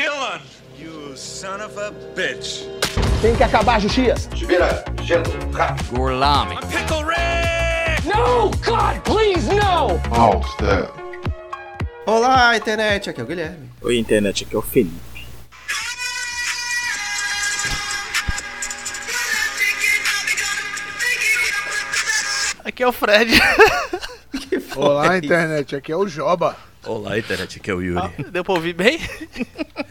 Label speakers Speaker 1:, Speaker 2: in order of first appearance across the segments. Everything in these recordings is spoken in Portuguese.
Speaker 1: done, you son of a bitch.
Speaker 2: Tem que acabar a justiça.
Speaker 3: Espera, gelo, rápido.
Speaker 4: Gorlami.
Speaker 1: I'm Pickle Rick!
Speaker 2: No, God, please, no!
Speaker 3: All step.
Speaker 5: Olá, internet, aqui é o Guilherme.
Speaker 6: Oi, internet, aqui é o Felipe.
Speaker 7: Aqui é o Fred.
Speaker 8: Olá, internet. Aqui é o Joba.
Speaker 9: Olá, internet, aqui é o Yuri.
Speaker 7: Deu pra ouvir bem?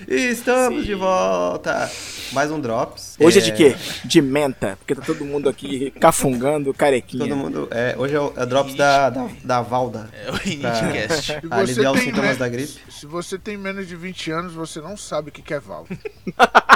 Speaker 5: E estamos de volta. Mais um Drops.
Speaker 6: Hoje é de quê? De menta, porque tá todo mundo aqui cafungando, carequinha.
Speaker 5: Todo mundo. É, hoje é o é o Drops da, da, da Valda.
Speaker 7: É o Indcast.
Speaker 8: Se
Speaker 5: Pra aliviar os Ah, sintomas
Speaker 8: menos-
Speaker 5: da gripe.
Speaker 8: Se você tem menos de 20 anos, você não sabe o que que é Val.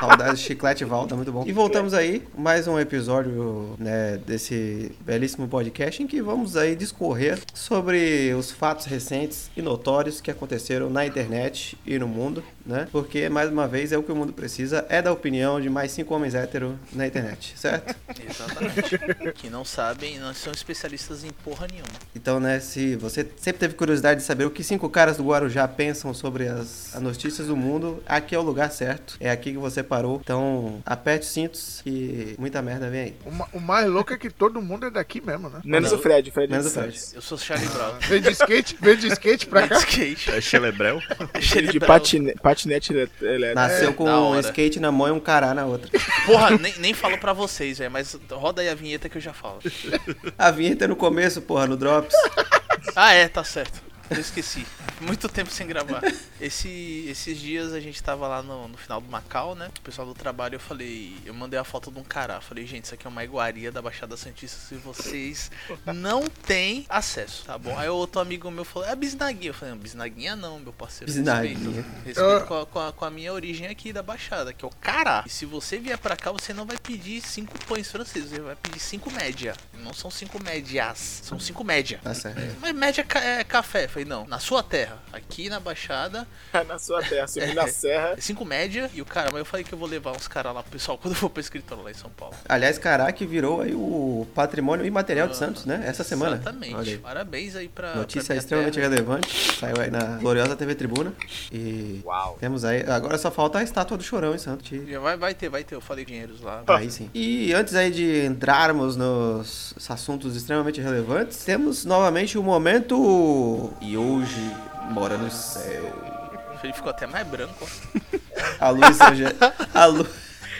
Speaker 5: Saudades, chiclete Valda, muito bom. E voltamos aí, mais um episódio né, desse belíssimo podcast em que vamos aí discorrer sobre os fatos recentes e notórios que aconteceram na internet e no mundo, né? Porque, mais uma vez, é o que o mundo precisa, é da opinião de mais cinco homens héteros na internet, certo?
Speaker 7: Exatamente. que não sabem, não são especialistas em porra nenhuma.
Speaker 5: Então, né, se você sempre teve curiosidade de saber o que cinco caras do Guarujá pensam sobre as, as notícias do mundo, aqui é o lugar certo. É aqui que você parou. Então, aperte os cintos que muita merda vem aí.
Speaker 8: O, ma- o mais louco é que todo mundo é daqui mesmo, né?
Speaker 6: Menos
Speaker 7: Não.
Speaker 6: o Fred, o Fred.
Speaker 5: Menos o
Speaker 6: sabe.
Speaker 5: Fred.
Speaker 7: Eu sou Charlie Brown.
Speaker 8: Vem de skate, vem de skate pra cá.
Speaker 7: Skate.
Speaker 9: É Xelebreu?
Speaker 7: Charlie
Speaker 6: De
Speaker 5: tá
Speaker 7: Brown.
Speaker 6: patine- patinete ele- é elétrico.
Speaker 5: Nasceu com
Speaker 7: É, da
Speaker 5: um
Speaker 7: hora.
Speaker 5: skate na mão e um cará na outra.
Speaker 7: Porra, nem, nem falo pra vocês, velho, mas roda aí a vinheta que eu já falo.
Speaker 5: A vinheta é no começo, porra, no Drops.
Speaker 7: Ah, é, tá certo. Eu esqueci. Muito tempo sem gravar. Esse- esses dias a gente tava lá no, no final do Macau, né? O pessoal do trabalho, eu falei, eu mandei a foto de um cará. Falei, gente, isso aqui é uma iguaria da Baixada Santista se vocês não têm acesso, tá bom? Aí outro amigo meu falou, é bisnaguinha. Eu falei, não, bisnaguinha não, meu parceiro.
Speaker 5: Bisnaguinha.
Speaker 7: Respeito, respeito com, a, com a- com a minha origem aqui da Baixada, que é o cará. E se você vier pra cá, você não vai pedir cinco pães franceses, você vai pedir cinco média. Não são cinco médias, são cinco média.
Speaker 5: Tá certo.
Speaker 7: Mas média ca- é café. Falei, não, na sua terra, aqui na Baixada,
Speaker 6: Na sua terra, subindo na serra.
Speaker 7: é cinco média e o cara, mas eu falei que eu vou levar uns caras lá pro pessoal quando eu for pro escritório lá em São Paulo.
Speaker 5: Aliás, cará que virou aí o patrimônio imaterial de Santos, né? Essa
Speaker 7: Ah,
Speaker 5: semana.
Speaker 7: Exatamente.
Speaker 5: Olha aí.
Speaker 7: Parabéns aí pra. pra
Speaker 5: Notícia
Speaker 7: minha
Speaker 5: extremamente
Speaker 7: terra.
Speaker 5: relevante. Saiu aí na gloriosa TV Tribuna. E
Speaker 6: Uau.
Speaker 5: temos aí. Agora só falta a estátua do chorão em Santos. que
Speaker 7: Já vai, vai ter, vai ter, eu falei dinheiros lá.
Speaker 9: Ah.
Speaker 5: Aí sim. E antes aí de entrarmos nos assuntos extremamente relevantes, temos novamente o momento. E hoje mora no céu.
Speaker 7: Ele ficou até mais branco.
Speaker 5: A luz angé- a, lu-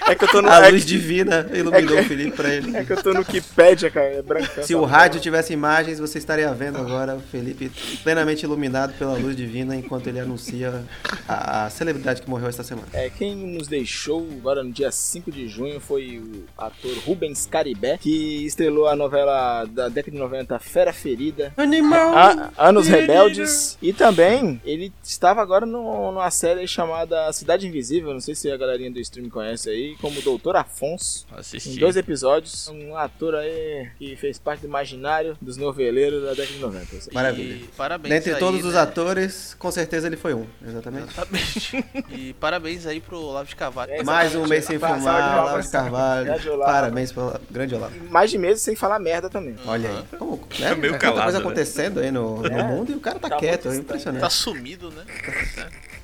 Speaker 6: É que eu tô no.
Speaker 5: a
Speaker 6: É,
Speaker 5: luz divina iluminou o Felipe pra ele.
Speaker 6: que- é que eu tô no Wikipedia, cara. É branca.
Speaker 5: Se o rádio tivesse imagens, você estaria vendo agora o Felipe plenamente iluminado pela luz divina enquanto ele anuncia a, a celebridade que morreu esta semana.
Speaker 6: É, quem nos deixou agora no dia 5 de junho foi o ator Rubens Caribé, que estrelou a novela da década de 90 Fera Ferida,
Speaker 5: Animal!
Speaker 6: A- Ah, Anos Rebeldes. E também, ele estava agora no- numa série chamada Cidade Invisível. Não sei se a galerinha do stream conhece aí, como Doutor Afonso. Em
Speaker 9: Assisti.
Speaker 6: dois episódios, um ator aí que fez parte do imaginário dos noveleiros da década de 90. eu sei.
Speaker 5: Maravilha.
Speaker 7: E parabéns
Speaker 5: Dentre
Speaker 7: aí,
Speaker 5: todos os
Speaker 7: né?
Speaker 5: atores, com certeza ele foi um, exatamente.
Speaker 7: Exatamente. E parabéns aí pro Olavo de Carvalho.
Speaker 6: É,
Speaker 5: Mais um mês sem
Speaker 6: Salve
Speaker 5: fumar,
Speaker 6: de palmas.
Speaker 5: Olavo de Carvalho.
Speaker 6: Grande Olavo.
Speaker 5: Parabéns pela grande Olavo.
Speaker 6: Mais de meses sem falar merda também.
Speaker 5: Olha aí. Como, né?
Speaker 9: Tá meio
Speaker 5: Tanta
Speaker 9: calado,
Speaker 5: coisa
Speaker 9: né?
Speaker 5: acontecendo aí no, no mundo e o cara tá,
Speaker 6: Tá
Speaker 5: quieto, é
Speaker 6: muito
Speaker 5: impressionante.
Speaker 7: Tá sumido, né?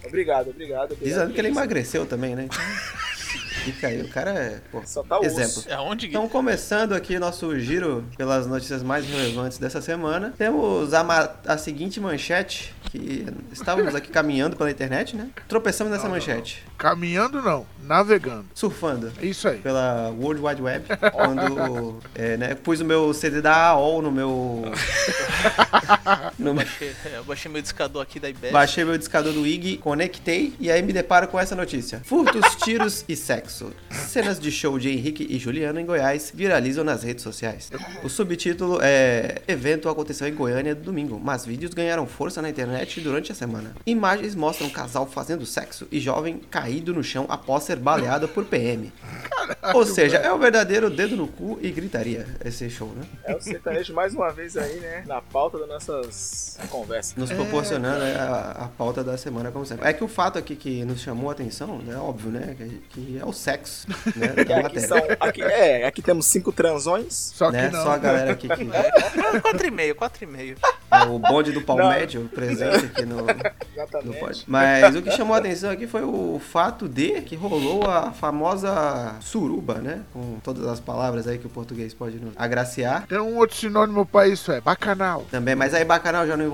Speaker 6: Obrigado, obrigado. obrigado
Speaker 5: Dizendo que ele emagreceu também, né? Então, Fica aí, o cara é pô,
Speaker 6: Só tá osso.
Speaker 5: exemplo.
Speaker 7: É onde?
Speaker 5: Então, começando aqui nosso giro pelas notícias mais relevantes dessa semana, temos a, ma- a seguinte manchete, que estávamos aqui caminhando pela internet, né? Tropeçamos nessa manchete,
Speaker 8: Caminhando não, navegando.
Speaker 5: surfando
Speaker 8: É isso aí.
Speaker 5: pela World Wide Web, quando é, né, pus o meu CD da AOL no meu... no meu...
Speaker 7: Baixei- é? Eu baixei meu discador aqui da IBES.
Speaker 5: Baixei meu discador do IG, conectei e aí me deparo com essa notícia. Furtos, tiros e sexo. Cenas de show de Henrique e Juliano em Goiás viralizam nas redes sociais. O subtítulo é Evento aconteceu em Goiânia domingo, mas vídeos ganharam força na internet durante a semana. Imagens mostram casal fazendo sexo e jovem caído no chão após ser baleado por PM. Ou seja, é o verdadeiro dedo no cu e gritaria esse show, né?
Speaker 6: É o sertanejo mais uma vez aí, né? Na pauta das nossas conversas.
Speaker 5: nos proporcionando né, a, a pauta da semana, como sempre. É que o fato aqui que nos chamou a atenção, né, óbvio, né, que, que é o sexo, né,
Speaker 6: Que
Speaker 5: da
Speaker 6: aqui
Speaker 5: matéria.
Speaker 6: são, aqui, é, aqui temos cinco transões.
Speaker 8: Só que
Speaker 5: Né,
Speaker 8: não.
Speaker 5: Só a galera aqui que...
Speaker 7: É, 4,5, 4,5.
Speaker 5: É o bonde do Palmédio presente aqui no, no
Speaker 6: Exatamente.
Speaker 5: pod. Mas o que chamou a atenção aqui foi o fato de que rolou a famosa suruba, né? Com todas as palavras aí que o português pode nos agraciar.
Speaker 8: Tem um outro sinônimo pra isso, é bacanal.
Speaker 5: Também, mas aí bacanal já não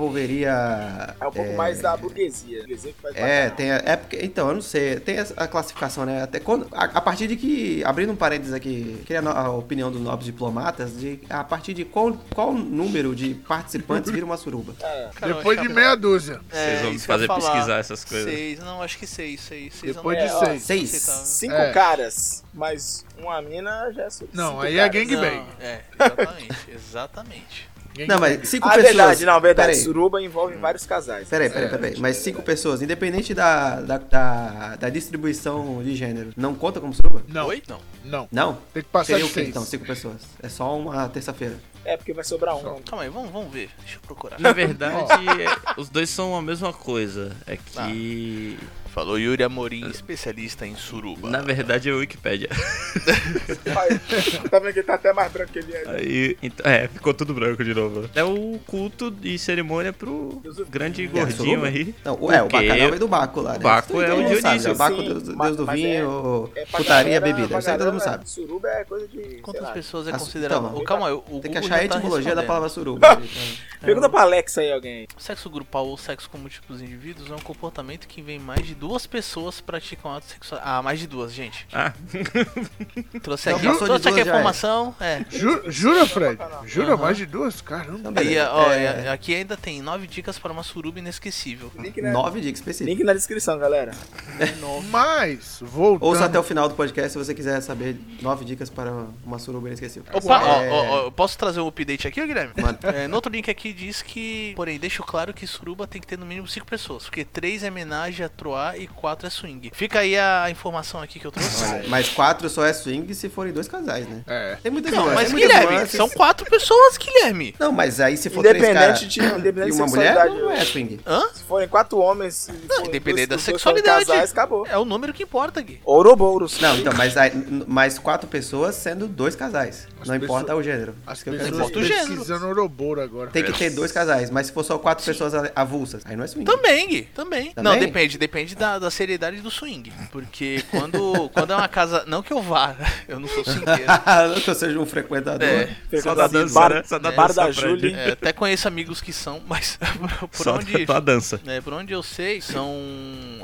Speaker 5: envolveria.
Speaker 6: É um pouco mais da burguesia. burguesia que faz
Speaker 5: É,
Speaker 6: bacanal.
Speaker 5: tem a, é porque, então, eu não sei, tem essa- a classificação, né? Até quando, a, a partir de que, abrindo um parênteses aqui, queria no- a opinião dos nobres diplomatas, de a partir de qual, qual número de participantes vira uma suruba.
Speaker 6: É,
Speaker 7: Cara, eu
Speaker 8: Depois
Speaker 7: acho
Speaker 8: de
Speaker 7: que-
Speaker 8: meia dúzia.
Speaker 7: É,
Speaker 9: Vocês vão me
Speaker 7: isso que eu ia
Speaker 9: fazer
Speaker 7: falar.
Speaker 9: pesquisar essas coisas.
Speaker 7: Seis, não, acho que seis, seis. seis
Speaker 8: Depois
Speaker 7: eu não-
Speaker 8: de
Speaker 7: é, ó,
Speaker 8: seis.
Speaker 5: Seis.
Speaker 7: aceitável.
Speaker 6: Cinco
Speaker 8: É.
Speaker 6: caras, mas uma mina já é su-
Speaker 8: Não,
Speaker 6: cinco
Speaker 8: aí é
Speaker 6: caras.
Speaker 8: gangue- gangbang.
Speaker 7: Não, É, exatamente, exatamente.
Speaker 5: Não, mas cinco
Speaker 6: Ah,
Speaker 5: pessoas.
Speaker 6: verdade, não, verdade. É,
Speaker 5: Peraí. Hum.
Speaker 6: Suruba envolve vários casais.
Speaker 5: Peraí, peraí, peraí. Mas cinco pessoas, independente da, da, da, da distribuição de gênero, não conta como suruba?
Speaker 8: Não,
Speaker 7: Oi? Não.
Speaker 8: não.
Speaker 5: Não?
Speaker 8: Tem que passar de
Speaker 5: Seria o quê,
Speaker 8: seis.
Speaker 5: então, cinco pessoas? É só uma terça-feira.
Speaker 6: É porque vai sobrar um.
Speaker 7: Calma aí, vamos, vamos ver. Deixa eu procurar.
Speaker 9: Na verdade, é- os dois são a mesma coisa. É que.
Speaker 7: Falou Yuri Amorim, especialista em suruba.
Speaker 9: Na verdade é o Wikipedia.
Speaker 6: Ai, tá vendo que ele tá até mais branco que ele é.
Speaker 9: Aí. então- é, ficou tudo branco de novo. É o culto e cerimônia pro grande
Speaker 5: E a
Speaker 9: gordinho
Speaker 5: suruba?
Speaker 9: aí.
Speaker 5: Não, o- é, o
Speaker 9: Porque
Speaker 5: bacanal vem do Baco lá, né?
Speaker 9: Baco
Speaker 5: Então,
Speaker 9: é o
Speaker 5: todo mundo sabe,
Speaker 9: Dionísio.
Speaker 5: né? O Baco,
Speaker 6: Sim,
Speaker 5: Deus, Deus
Speaker 6: mas-
Speaker 5: do
Speaker 6: mas
Speaker 5: vinho,
Speaker 6: é pra
Speaker 5: putaria,
Speaker 6: galera,
Speaker 5: bebida.
Speaker 6: pra
Speaker 5: Isso aí todo mundo
Speaker 6: galera,
Speaker 5: sabe.
Speaker 6: Suruba é coisa de. sei
Speaker 7: Quantas
Speaker 6: lá.
Speaker 7: pessoas é
Speaker 5: As-
Speaker 7: considerado?
Speaker 5: então,
Speaker 7: Ô, calma aí, o
Speaker 5: Tem que
Speaker 7: Google
Speaker 5: achar a
Speaker 7: já tá
Speaker 5: etimologia da
Speaker 7: respondendo.
Speaker 5: palavra suruba.
Speaker 6: Pergunta pra Alex aí, alguém.
Speaker 7: Sexo grupal ou sexo com múltiplos indivíduos é um comportamento que vem mais de duas pessoas praticam ato sexual. Ah, mais de duas, gente.
Speaker 9: Ah.
Speaker 7: Trouxe
Speaker 5: Então,
Speaker 7: aqui,
Speaker 5: passou
Speaker 7: trouxe
Speaker 5: de
Speaker 7: aqui a
Speaker 5: duas já é.
Speaker 7: informação. É.
Speaker 8: Ju- jura, Fred? Jura?
Speaker 7: Aham.
Speaker 8: Mais de duas? Caramba.
Speaker 5: Então,
Speaker 7: E,
Speaker 5: beleza.
Speaker 7: ó,
Speaker 5: É,
Speaker 7: e- aqui ainda tem nove dicas para uma suruba inesquecível.
Speaker 6: Link na,
Speaker 5: é, Nove dicas específicas.
Speaker 6: link na descrição, galera.
Speaker 8: Mas, voltando...
Speaker 5: Ouça até o final do podcast se você quiser saber nove dicas para uma suruba inesquecível.
Speaker 7: Opa, ó,
Speaker 5: É,
Speaker 7: ó, ó, eu posso trazer um update aqui, ô, Guilherme?
Speaker 5: Manda.
Speaker 7: É, no outro link aqui diz que, porém, deixo claro que suruba tem que ter no mínimo cinco pessoas, porque três é homenagem a troar e quatro é swing. Fica aí a informação aqui que eu trouxe.
Speaker 5: Mas quatro só é swing se forem dois casais, né?
Speaker 8: É.
Speaker 5: Tem muitas
Speaker 7: Não,
Speaker 5: nuances,
Speaker 7: mas
Speaker 5: tem muitas
Speaker 7: Guilherme,
Speaker 5: nuances.
Speaker 7: são quatro pessoas, Guilherme.
Speaker 5: Não, mas aí se for três caras
Speaker 6: Independente de.
Speaker 5: e
Speaker 6: Independente de
Speaker 5: uma mulher,
Speaker 6: sexualidade. né?
Speaker 5: não é swing.
Speaker 7: Hã?
Speaker 6: Se forem quatro homens. se forem
Speaker 7: Independente da
Speaker 6: dois- dois
Speaker 7: sexualidade.
Speaker 6: forem casais, acabou.
Speaker 7: É o número que importa, Gui.
Speaker 6: Ouroboros.
Speaker 5: Não, então, mas, aí- n- mas quatro pessoas sendo dois casais. não importa o gênero.
Speaker 8: As
Speaker 5: Isso que eu quero
Speaker 8: pessoas
Speaker 5: dizer.
Speaker 7: Bota o gênero.
Speaker 8: pesquisando Ouroboro agora.
Speaker 5: Tem que ter dois casais, mas se for só quatro pessoas a- avulsas, aí não é swing.
Speaker 7: Também, Gui, também.
Speaker 5: Também?
Speaker 7: Não, depende, depende da, da seriedade do swing. Porque quando, quando é uma casa. Não que eu vá, eu não sou swingueiro.
Speaker 5: Não que eu seja um frequentador.
Speaker 7: É,
Speaker 9: Só da dança,
Speaker 6: bar,
Speaker 9: né? Só da
Speaker 6: bar
Speaker 9: dança,
Speaker 6: da
Speaker 9: Fred.
Speaker 6: Julie.
Speaker 7: é, até conheço amigos que são, mas por- por
Speaker 9: só, tá
Speaker 7: onde.
Speaker 9: só a dança.
Speaker 7: É, por onde eu sei, são.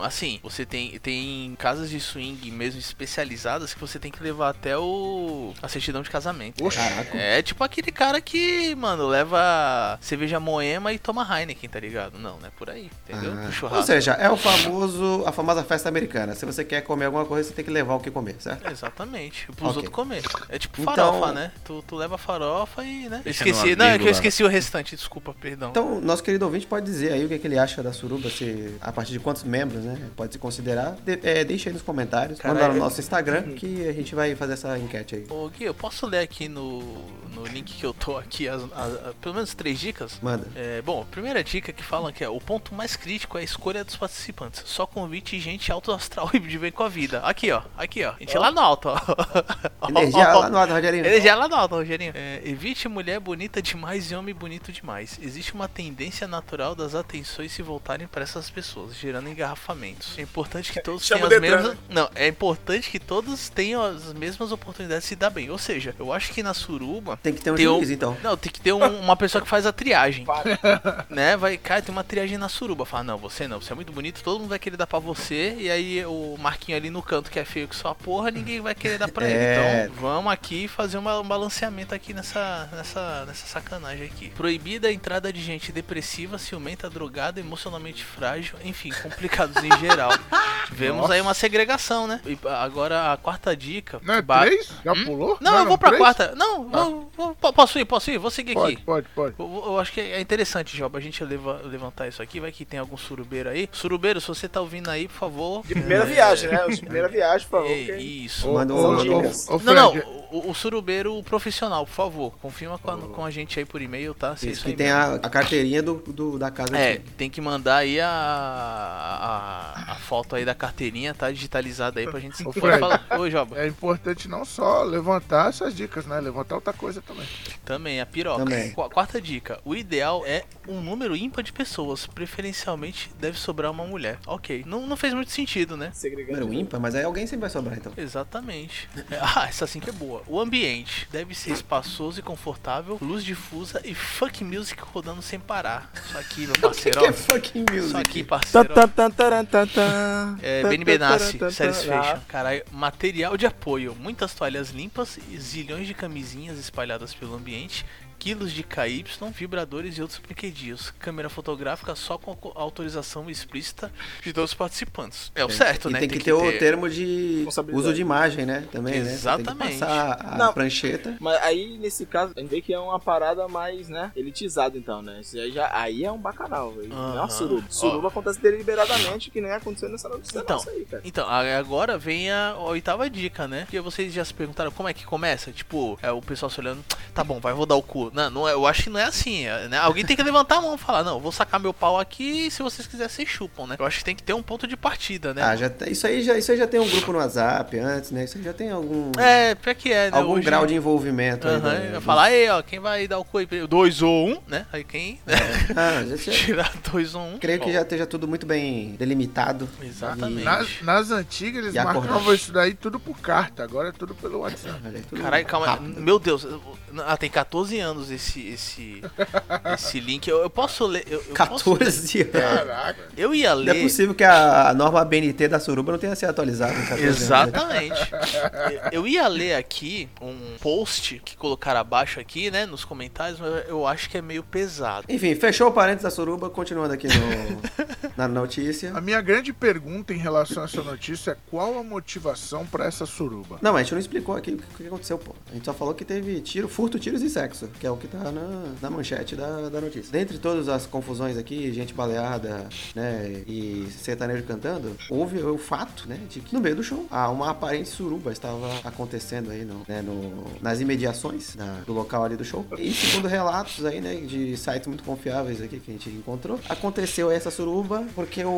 Speaker 7: Assim, você tem, tem casas de swing mesmo especializadas que você tem que levar até o. a certidão de casamento.
Speaker 8: Oxe.
Speaker 5: Caraca.
Speaker 7: É tipo aquele cara que, mano, leva cerveja moema e toma Heineken, tá ligado? Não, não é por aí, entendeu? Pro
Speaker 5: Ah,
Speaker 7: churrasco.
Speaker 5: ou seja, é o famoso, a famosa festa americana. Se você quer comer alguma coisa, você tem que levar o que comer, certo?
Speaker 7: Exatamente, pros
Speaker 5: é. Ok.
Speaker 7: outros comer. É tipo
Speaker 5: Então-
Speaker 7: farofa, né? Tu, tu leva farofa e, né? Eu
Speaker 9: Deixa
Speaker 7: esqueci,
Speaker 9: numa
Speaker 7: não, é que eu
Speaker 9: vírgula.
Speaker 7: esqueci o restante, desculpa, perdão.
Speaker 5: Então, nosso querido ouvinte pode dizer aí o que, é que ele acha da suruba, se a partir de quantos membros, né? Pode se considerar. De, é, deixa aí nos comentários, manda no nosso Instagram que a gente vai fazer essa enquete aí.
Speaker 7: Ô Gui, eu posso ler aqui no, no link que eu tô aqui, as, as- as- pelo menos três dicas?
Speaker 5: Manda.
Speaker 7: É, bom, a primeira dica que falam que é o ponto mais crítico é a escolha dos participantes. Só convite gente alto astral e de bem com a vida. Aqui, ó. Aqui, ó. A gente é lá no alto, ó. Ó,
Speaker 5: Energia
Speaker 7: ó, ó.
Speaker 5: lá no ar, Rogerinho.
Speaker 7: Energia lá no alto, Rogerinho. É, evite mulher bonita demais e homem bonito demais. Existe uma tendência natural das atenções se voltarem para essas pessoas, gerando engarrafamentos. É importante que todos
Speaker 6: Chama
Speaker 7: tenham
Speaker 6: o
Speaker 7: as
Speaker 6: Detran,
Speaker 7: mesmas. Não, é importante que todos tenham as mesmas oportunidades de se dar bem. Ou seja, eu acho que na suruba.
Speaker 5: Tem que ter um
Speaker 7: tem
Speaker 5: juiz, então.
Speaker 7: Não, tem que ter um- uma pessoa que faz a triagem. né? Vai, cara, tem uma triagem na suruba. Fala, não, você não, você é muito bonito, todo mundo vai querer dar pra você. E aí o Marquinho ali no canto que é feio que só a porra, ninguém vai querer dar pra
Speaker 5: É.
Speaker 7: ele. Então vamos aqui fazer uma- um balanceamento aqui nessa, nessa, nessa sacanagem aqui. Proibida a entrada de gente depressiva, ciumenta, drogada, emocionalmente frágil, enfim, complicados em geral. Tivemos aí uma segregação, né? E agora a quarta dica.
Speaker 8: Não é
Speaker 7: ba- Hum?
Speaker 8: três? Já pulou?
Speaker 7: Não, eu vou pra
Speaker 8: três? Ah.
Speaker 7: quarta. Não, vou- vou- po- posso ir, posso ir, vou seguir
Speaker 8: Pode,
Speaker 7: aqui.
Speaker 8: pode, pode.
Speaker 7: Eu, eu acho que é interessante, Job, a gente leva- levantar isso aqui. Vai que tem algum surubeiro aí. Surubeiro, se você tá ouvindo aí, por favor.
Speaker 6: É. De primeira viagem, né? Os De primeira viagem, por favor.
Speaker 7: É,
Speaker 6: porque-
Speaker 7: isso.
Speaker 5: Manda um-
Speaker 8: Ô, ô,
Speaker 5: manda
Speaker 8: ô,
Speaker 5: um-
Speaker 8: ô,
Speaker 7: Não,
Speaker 8: Fred,
Speaker 7: não. o, o surubeiro profissional, por favor, confirma com a, com a gente aí por e-mail, tá? Se é
Speaker 5: Isso
Speaker 7: aí
Speaker 5: que tem
Speaker 7: mesmo.
Speaker 5: a, a carteirinha do, do- da casa
Speaker 7: É,
Speaker 5: aqui.
Speaker 7: tem que mandar aí a, a, a foto aí da carteirinha, tá? Digitalizada aí pra gente se
Speaker 8: Ô, Fred.
Speaker 7: falar. Oi, Joba.
Speaker 8: É importante não só levantar essas dicas, né? Levantar outra coisa também.
Speaker 7: Também, a piroca.
Speaker 5: Também.
Speaker 7: Qu- Quarta dica. O ideal é um número ímpar de pessoas. Preferencialmente deve sobrar uma mulher. Ok. Não, não fez muito sentido, né?
Speaker 6: Segregando.
Speaker 5: Número ímpar, mas aí alguém sempre vai sobrar, então.
Speaker 7: Exatamente. Ah, essa sim que é boa. O ambiente deve ser espaçoso e confortável, luz difusa e funk music rodando sem parar. Isso aqui, meu parceiro.
Speaker 5: que é
Speaker 7: ó.
Speaker 5: fucking
Speaker 7: Isso aqui,
Speaker 5: music?
Speaker 6: Tan,
Speaker 7: parceiro. ó.
Speaker 6: tan, tan, taran, tan, tan.
Speaker 7: É,
Speaker 6: Tan,
Speaker 7: Benny
Speaker 6: tan, taran,
Speaker 7: Benassi,
Speaker 6: tan, Ah.
Speaker 7: séries
Speaker 6: tan.
Speaker 7: fecham. Caralho, material de apoio, muitas toalhas limpas, e zilhões de camisinhas espalhadas pelo ambiente, quilos de KY, vibradores e outros brinquedinhos. Câmera fotográfica só com co- autorização explícita de todos os participantes. É o certo,
Speaker 5: e
Speaker 7: né?
Speaker 5: tem, que, ter o termo de
Speaker 6: Responsabilidade.
Speaker 5: uso de imagem, né? Também, né? Você Tem
Speaker 7: Exatamente.
Speaker 5: que passar a
Speaker 6: Não.
Speaker 5: prancheta.
Speaker 6: Mas aí, nesse caso, a gente vê que é uma parada mais, né, elitizada, então, né? Isso aí, já, aí é um bacanal, velho. Não é
Speaker 7: Aham.
Speaker 6: uma suruba. Suruba acontece deliberadamente, que nem aconteceu nessa notícia
Speaker 7: Então.
Speaker 6: nossa aí, cara.
Speaker 7: Então, a- agora vem a oitava dica, né? Porque vocês já se perguntaram como é que começa? Tipo, é o pessoal se olhando, tá bom, vai rodar o cu. Não, não é- eu acho que não é assim, é, né? Alguém tem que levantar a mão e falar, não, eu vou sacar meu pau aqui e se vocês quiserem, vocês chupam, né? Eu acho que tem que ter um ponto de partida, né?
Speaker 5: Ah, já, tem- isso, aí já, isso aí já tem um grupo no WhatsApp antes, né? Isso aí já tem algum,
Speaker 7: É, pior que é, né?
Speaker 5: algum
Speaker 7: Hoje-
Speaker 5: grau de envolvimento. aí,
Speaker 7: Aham,
Speaker 5: né?
Speaker 7: eu falar, aí, ó, quem vai dar o cu aí? primeiro? Dois ou um, né? Aí quem
Speaker 5: Ah, já tinha-
Speaker 7: tirar dois ou um.
Speaker 5: Creio
Speaker 7: Ó,
Speaker 5: que já esteja tudo muito bem delimitado.
Speaker 7: Exatamente.
Speaker 8: Nas, nas antigas, eles
Speaker 5: E acordar.
Speaker 8: marcavam isso daí tudo por carta, agora é tudo pelo WhatsApp.
Speaker 5: Olha, é tudo
Speaker 7: Caralho, calma aí.
Speaker 5: rápido.
Speaker 7: Meu Deus. eu- eu- Ah, tem 14 anos esse esse, esse link. Eu, eu posso ler. Eu, eu posso ler.
Speaker 5: 14 anos.
Speaker 8: Caraca.
Speaker 7: eu ia
Speaker 5: Não é
Speaker 7: ler.
Speaker 5: possível que a a norma BNT da Suruba não tenha sido atualizada em 14 anos, né?
Speaker 7: Exatamente. Eu- Eu ia ler aqui um post que colocaram abaixo aqui, né? Nos comentários, mas eu acho que é meio pesado.
Speaker 5: Enfim, fechou o parênteses da Suruba, continuando aqui no- na notícia.
Speaker 8: A minha grande pergunta em relação a essa notícia é qual a motivação pra essa suruba?
Speaker 5: Não, mas a gente não explicou aqui o que, o que aconteceu, pô. A gente só falou que teve tiro, furto, tiros e sexo, que é o que tá na, na manchete da, da notícia. Dentre todas as confusões aqui, gente baleada, né, e sertanejo cantando, houve o fato, né, de que no meio do show, há uma aparente suruba estava acontecendo aí no, né, no- nas imediações da- do local ali do show. E segundo relatos aí, né, de sites muito confiáveis aqui que a gente encontrou, aconteceu essa suruba porque o,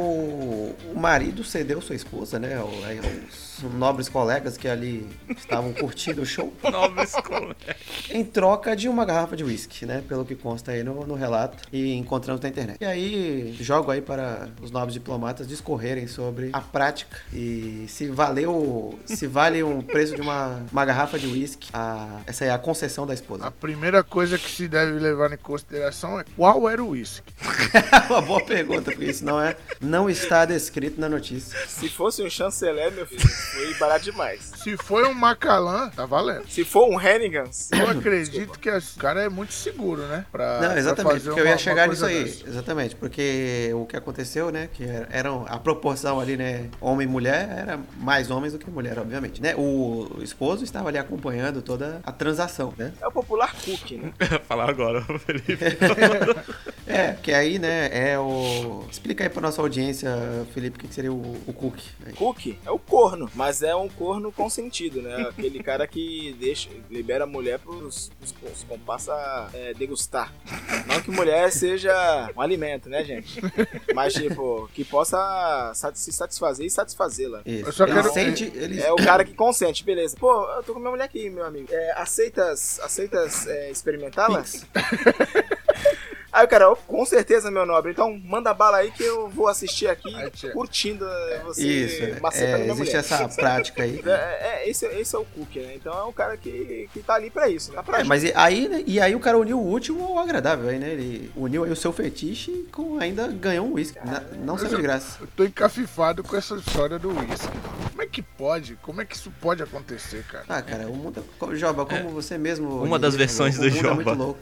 Speaker 5: o marido cedeu sua esposa, né, o- aí os nobres colegas que ali estavam curtindo o show,
Speaker 9: Novas colegas.
Speaker 5: em troca de uma garrafa de uísque, né, pelo que consta aí no, no relato e encontramos na internet. E aí, jogo aí para os nobres diplomatas discorrerem sobre a prática e se valeu, se vale um preço de uma, uma garrafa de uísque, a- essa é a concessão da
Speaker 8: A
Speaker 5: esposa.
Speaker 8: primeira coisa que se deve levar em consideração é qual era o uísque.
Speaker 5: uma boa pergunta, porque isso não é, não está descrito na notícia.
Speaker 6: Se fosse um chanceler, meu filho, foi barato demais.
Speaker 8: Se foi um Macalã, tá valendo.
Speaker 6: Se for um Hennigans,
Speaker 8: Eu acredito que esse cara é muito seguro, né? Pra,
Speaker 5: Não,
Speaker 8: pra
Speaker 5: exatamente,
Speaker 8: fazer
Speaker 5: porque eu
Speaker 8: uma-
Speaker 5: ia
Speaker 8: uma
Speaker 5: chegar nisso
Speaker 8: coisa
Speaker 5: aí.
Speaker 8: dessa.
Speaker 5: Exatamente, porque o que aconteceu, né, que era eram- a proporção ali, né, homem e mulher, era mais homens do que mulher, obviamente, né? O esposo estava ali acompanhando toda a transação, né?
Speaker 6: é o popular cookie, né?
Speaker 9: Falar agora, Felipe.
Speaker 5: É, que aí, né, é o... Explica aí pra nossa audiência, Felipe, o que que seria o, o cook. né?
Speaker 6: Cookie é o corno, mas é um corno consentido, né? Aquele cara que deixa, libera a mulher pros, pros, pros compassa é, degustar. Não que mulher seja um alimento, né, gente? Mas, tipo, que possa sat- se satisfazer e satisfazê-la.
Speaker 5: Isso.
Speaker 8: Eu só
Speaker 5: ele
Speaker 8: quero-
Speaker 5: sente... Ele...
Speaker 6: É o cara que consente, beleza. Pô, eu tô com minha mulher aqui, meu amigo. É, aceitas aceitas é, experimentá-la? Aí o cara, "Oh, com certeza, meu nobre. Então manda bala aí que eu vou assistir aqui
Speaker 8: Ai, tia.
Speaker 6: curtindo eh, você
Speaker 5: Isso, né?
Speaker 6: macetando
Speaker 5: é,
Speaker 6: minha
Speaker 5: existe
Speaker 6: mulher.
Speaker 5: essa prática aí.
Speaker 6: É, é, esse, esse é o Cook, né? Então é um cara que, que tá ali pra isso, né? Tá pra
Speaker 5: É, mas e- aí, né, e aí o cara uniu o útil ao agradável aí, né? Ele uniu aí o seu fetiche com ainda ganhou um uísque. Na- Não saiu de graça.
Speaker 8: Eu tô encafifado com essa história do uísque. Como é que pode? Como é que isso pode acontecer, cara?
Speaker 5: Ah, cara, o mundo. é- co- Joba, como você mesmo.
Speaker 9: Uma das
Speaker 5: disse,
Speaker 9: versões
Speaker 5: o mundo
Speaker 9: do
Speaker 5: é
Speaker 9: Joba.
Speaker 5: muito louco.